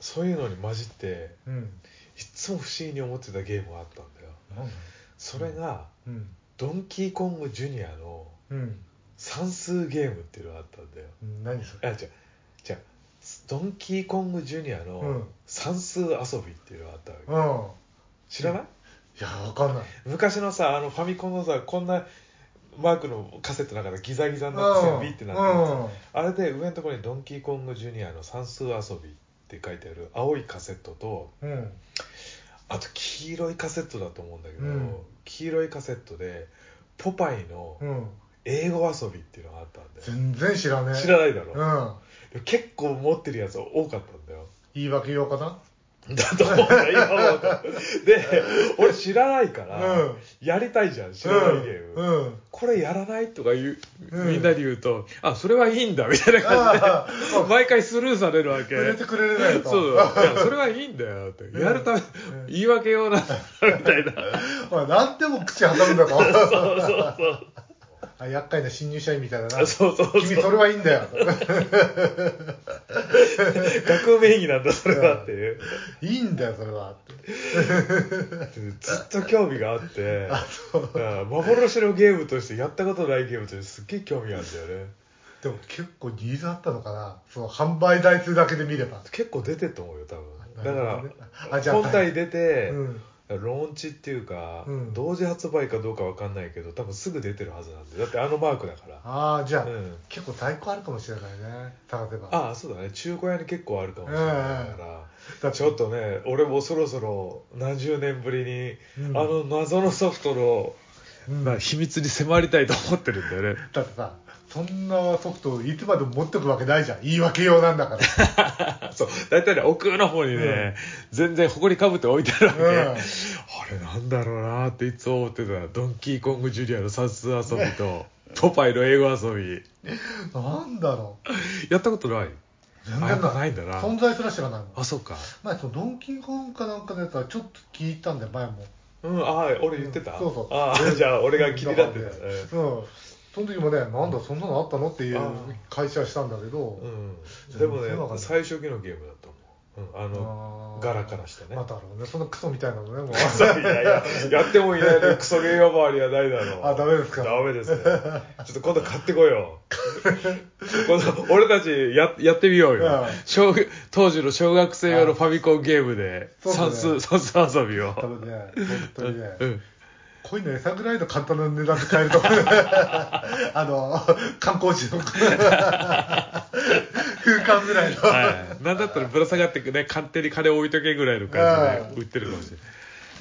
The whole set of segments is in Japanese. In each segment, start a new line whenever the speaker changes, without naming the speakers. そういうのに混じって
うん
いっつも不思議に思ってたゲームがあったんだよ
なんだ
それが、
うん
ドンキーコングジュニアの
うん
算数ゲームっていうのがあったんだよ
何それ
あ違う違うドンキーコングジュニア
うん
の算数遊びっていうのがあったわけ、
うん
知らない、
いやわかんない
昔のさあのファミコンのさこんなマークのカセットの中でギザギザになって線ビってなってるやつあれで上のところに「ドンキーコングジュニアの算数遊び」って書いてある青いカセットと
うんうん
あと黄色いカセットだと思うんだけど、
うん
黄色いカセットで「ポパイ」の
うん
英語遊びっていうのがあったんだよ、
全然知らねえ
知らないだろ、
うん
でも結構持ってるやつ多かったんだよ
言い訳用かな
だと思うんだよ今思うとで俺知らないから、
うん
やりたいじゃん知らないゲーム、
うん
これやらないとか言う、
うん
みんなに言うと、あ、それはいいんだ、みたいな感じで、
ああ
毎回スルーされるわけ。
触れてくれない と
そういやそれはいいんだよって。
うん
やるため、
ん
言い訳用なんだ、みたいな。
おい何でも口挟むんだとそうそうそうあ厄介な新入社員みたいだな
あそうそう
君
そう。
それはいいんだよ
学名義なんだ、それはっていう。
いいんだよそれは
ずっと興味があって、うん幻のゲームとして、やったことないゲームとして、すっげえ興味があるんだよね。
でも結構ニーズあったのかなその販売台数だけで見れば
結構出てると思うよ、多分。だ
なるほどね
か
あじ
ら、
ゃあ
本体出て、
うん
ローンチっていうか、
うん
同時発売かどうかわかんないけど多分すぐ出てるはずなんでだってあのマークだから
ああじゃあ、
うん
結構在庫あるかもしれないね探せば
ああそうだね中古屋に結構あるかもしれないから、
だて
ちょっとね俺もそろそろ何十年ぶりに、
うん
あの謎のソフトの、
うん
まあ、秘密に迫りたいと思ってるんだよね
だってさそんなソフトをいつまでも持ってくわけないじゃん言い訳用なんだから
そう大体ね奥の方にね、全然ほこりかぶって置いてあるわけ、
うん
あれなんだろうなっていつも思ってたドンキーコングジュリアの算数遊びとポパイの英語遊び
なんだろう
やったことない
全
あやっ
然
ぱ
な
ない
い
んだな
存在すら知らないもん
あそうか
前そのドンキーコングかなんかのやつはちょっと聞いたんだよ前も
うんあー俺言ってた、
うんそうそう
あーじゃあ俺が気になってた、
うんその時もねなんだそんなのあったのっていう
あ
会社したんだけど
うん
うん
で
全然わ
も
かん
ね
ない
最初期のゲームだと思う、うん、あの
あー
柄からしてね、
まあだろうねそのクソみたいなのねも う
い やいややってもいないのにクソゲー呼ばわりはないだろう
あダメですか
ダメですねちょっと今度買ってこよう今度俺たちややってみようよ、
うん
小学当時の小学生用のファミコンゲームで
そう
算
です
数
ね
算数遊びを
多分ね本当にね
うん
恋の餌ぐらいの簡単な値段で買えると 思うあの観光 地の空間ぐら いの
はい、なんだったらぶら下がってね勝手に金置いとけぐらいの感じで売ってるかもしれない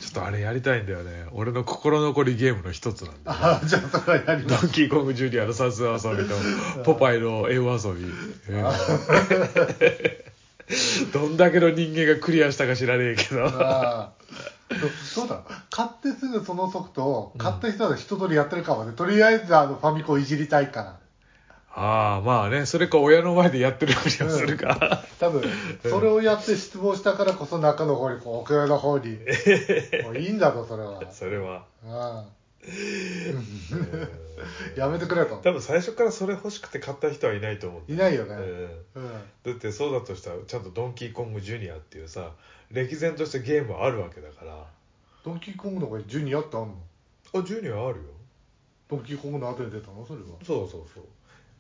ちょっとあれやりたいんだよね俺の心残りゲームの一つなんだよ
あじゃあそれはやりま
ド
す
ンキーコングジュニアの算数遊びとポパイの英語遊び、え ーどんだけの人間がクリアしたか知らねえけど
あーそうそうだ買ってすぐそのソフトを買った人は一通りやってるかもね、とりあえずあのファミコンいじりたいから
ああまあねそれか親の前でやってるふりはするか、
多分それをやって失望したからこそ中の方にこう奥の方にもういいんだぞそれ は
それは
うん やめてくれと
多分最初からそれ欲しくて買った人はいないと思うんだ
い
よ
ないよね、
うん
うん
だってそうだとしたらちゃんと「ドンキーコングジュニア」っていうさ歴然としたゲームはあるわけだから
ドンキーコングの方がジュニアってあんの
あジュニアあるよ
ドンキーコングの後に出たのそれ
そうそうそう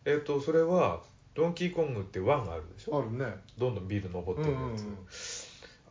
えっ、とそれは「ドンキーコング」って1があるでしょ
はあるね
どんどんビル登
う
っ
ん
て
う
いくや
ん
つ、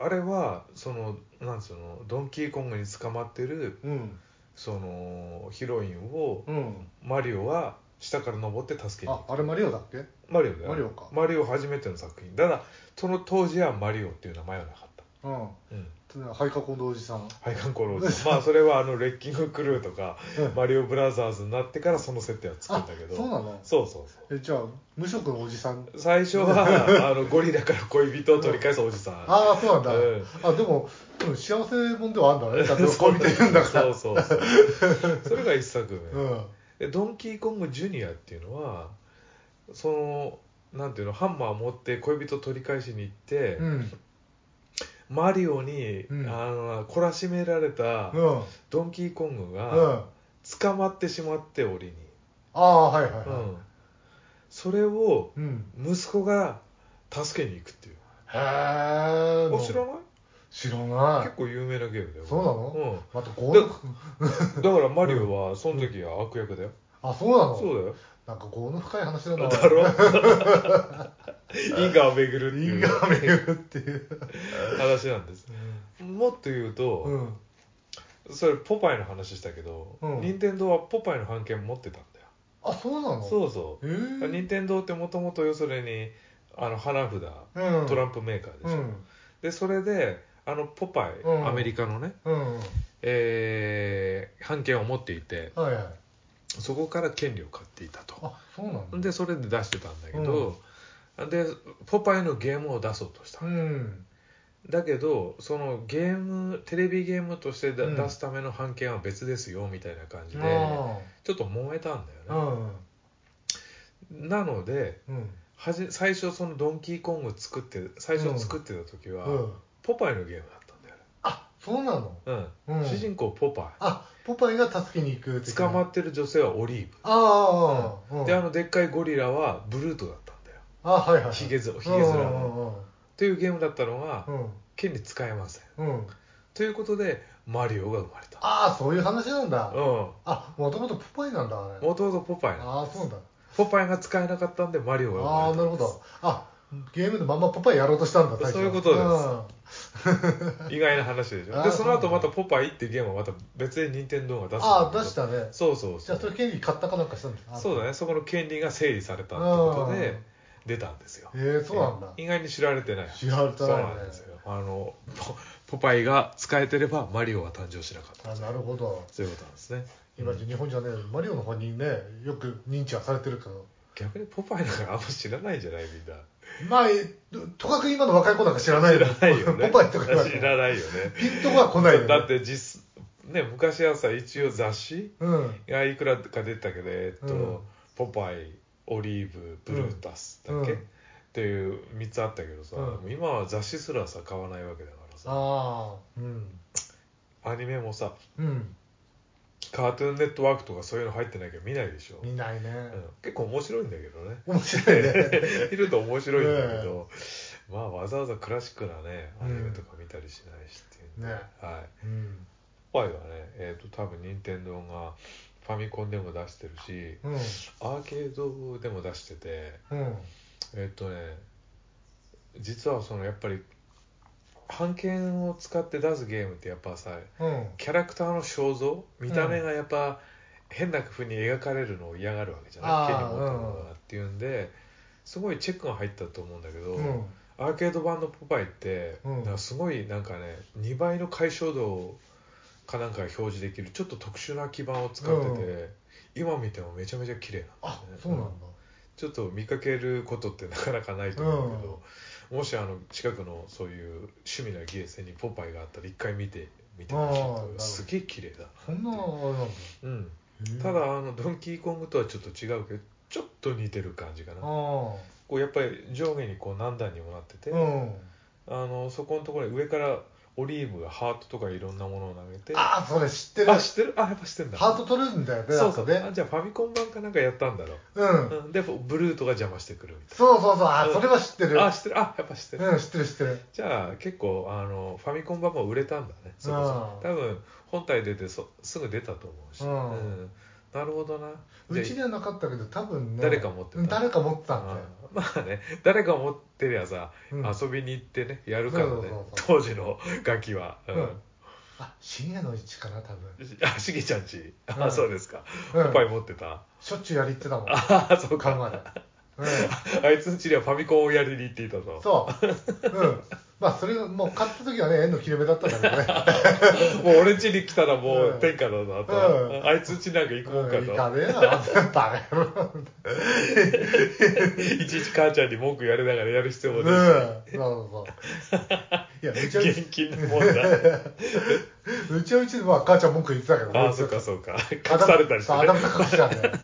あれはそのなんつうのドンキーコングに捕まってる
うん
そのヒロインを
うん
マリオは下から登って助けに
あ
行く
あれマリオだっけ
マリオだよ
マリオか
マリオ初めての作品だからその当時はマリオっていう名前はなかった
うん
うん
ハイカコンのおじさん
配管コロー ズまあそれはあのレッキングクルーとか、
うん
マリオブラザーズになってからその設定はつくんだけど
あそうなの
そうそうそう
えじゃあ無職のおじさん
最初 はあのゴリラから恋人を取り返すおじさん
ああそうなんだ、
うん
あでも、うん、幸せもんではあるんだねだってこう見てるんだか ら
そうそうそうそれが一作目、
うん
でドンキーコングジュニアっていうのはそのなんていうのハンマー持って恋人を取り返しに行って、
うん
マリオに、
うん
あの懲らしめられた
うんうん
ドンキーコングが
あ
捕まってしまって檻に、
あはいはいはい、
うん、それを
うん
息子が助けに行くっていう
へへえ
お知らない
知らな
結構有名なゲームだ
い
よ
そうな
う
の
ん、
また強盗
だからマリオはその時は悪役だよ、
あそうなの
そうだよ
なんか業の深い話だな
だ ろ 因果を巡るって
因
いう
果を巡るっていう
話なんですもっと言うと、
うん
それポパイの話したけど、
うん
任天堂はポパイの版権持ってたんだよ、
あそうなのう
そうそう
へえ
任天堂ってもともと要するにあの花札
うん
トランプメーカーでしょ、
うん
でそれであのポパイ、
うん
アメリカのね、
うん
えー、版権を持っていて
はいはい
そこから権利を買っていたと
あそうなんだ
でそれで出してたんだけど、でポパイのゲームを出そうとした
う、ん
だけどそのゲームテレビゲームとしてだ、
うん
出すための版権は別ですよみたいな感じで、
あ
ちょっと揉めたんだよね、
あうん
なので
うん
はじ最初そのドンキーコング作って最初作ってた時は、
うん
ポパイのゲームだったんだよね
あそうなの、
うん
うん
主人公ポパ
あポパイが助けに行く
イ捕ま
って
ってる女性はオリー
ああ、
ブ、
うん
であのでっかいゴリラはブルートだったんだよ
あはいはいはい
ヒゲゾヒ
うん
ゲ面
う
の
ん
っていうゲームだったのが
うん
権利使えません
うんうん
ということでマリオが生まれた
ああそういう話なんだ
も
あもともとポパイなんだあれ
ともとポパイな
ああそうだ
ポパイが使えなかったんでマリオが
ああ
生ま
なるほどあゲームでまんまポパイやろうとしたんだ最初
そういうことです
ん
れた意外な話でし
あ
ょ
ー
でその後
そうな
ま
ん
た
だ
ポパイっていうゲームをまた別に任天堂が出すんだ
あ
け
あ
ど
出したね
そうそう
じ
そ
ゃ
う
あそれ権利買ったかなんかしたんだ
そうだ
ね
ねそこの権利が整理されたってことで出たんですよ
ええそうなんだ
意外に知られてない
知られて
そう
ないね
なんですよあのポポパイが使えてればマリオは誕生しなかった
あなるほど
そういうことなんですね
今じゃ日本じゃねマリオの方にねよく認知はされてるけど
逆にポパイなんかあんま知らないんじゃないみんな
まあえとかく今の若い子なんか知らない
知
よ
らないよね
ポパイとか言われて
知らないよ ね
ピンとこは来ないよね
だって実ね昔はさ一応雑誌
うん
がいくらか出てたけどえっと、
うん
ポパイオリーブブルータスだっけ、
うん
っていう3つあったけどさ、
うん
今は雑誌すらさ買わないわけだからさ
ああうん
アニメもさ
うん
カートゥーンネットワークとかそういうの入ってなきゃ見ないでしょ、
見ないね
うん結構面白いんだけどね
面白いね
見ると面白いんだけど、まあわざわざクラシックなねアニメとか見たりしないしっていう
ね
はい
うん
ポパイはね、えー、と多分任天堂がファミコンでも出してるし
うん
アーケードでも出してて
うん
えっ、とね実はそのやっぱり版権を使って出すゲームってやっぱさ
うん
キャラクターの肖像見た目がやっぱ変な風に描かれるのを嫌がるわけじゃ
あ
ない手
ー
に持ったものがっていうんですごいチェックが入ったと思うんだけど、
うん
アーケード版のポパイって、
うん
なんかすごいなんかね2倍の解消度かなんか表示できるちょっと特殊な基板を使ってて、今見てもめちゃめちゃ綺麗なんだよ
あそうなんだ
ちょっと見かけることってなかなかないと思うけど、もしあの近くのそういう趣味の芸術にポパイがあったら一回見てみてほしい
あーなる
と
ほど
すげえ綺麗だな
そんなあれなんだ
うん、
へえ
ただあのドンキーコングとはちょっと違うけどちょっと似てる感じかな
あ
こうやっぱり上下にこう何段にもなって
あ
て、
うん
あのそこのところに上からオリーブがハートとかいろんなものを投げて
ああそれ知ってる
あ知ってるあやっぱ知ってんだ
ハート取れるんだよね
そうそう、
なんか
あ
ね
じゃあファミコン版かなんかやったんだろ
うん
う、うん、でブルーとか邪魔してくるみたい
そうそうそうあ
うん
それは知ってる
なあ知ってるあやっぱ知ってる、
うん知ってる知ってる
じゃあ結構あのファミコン版も売れたんだねそこそこ
うん
多分本体出てそすぐ出たと思うし、
うん
んなるほどな
うちではなかったけど多分ね
誰か持ってた
うん誰か持ってたんだよ
うんまあね誰が持ってりゃさ、
うん
遊びに行ってねやるからね
そうそうそう
当時の楽器は、うん
うんあ深夜の1かな多分
あしげちゃんち、
う
あ
ん
そうですか、
うん
ポパイ持ってた
しょっちゅうやり行ってたもん
ああそう
買
か
うまでうん
あいつんちにはファミコンをやりに行っていたと
そう。うん。まあ、それがもう買った時はね、縁の切れ目だったんだ けどね。
もう俺んちに来たらも
う
うん天下だなと、
うん
あいつんちなんか行こうか
うん、いか
と、
ねえ な、バカ野郎。
いちいち母ちゃんに文句言われながらやる必要も
うん。
ない
そうそう。いや、うちはう
現
ち、
金の問 題
うちはうちで、まあ、母ちゃん文句言ってたけどね。
ああそうかそうか隠
頭
されたりして
そう
ね
頭隠しちゃうんだよ。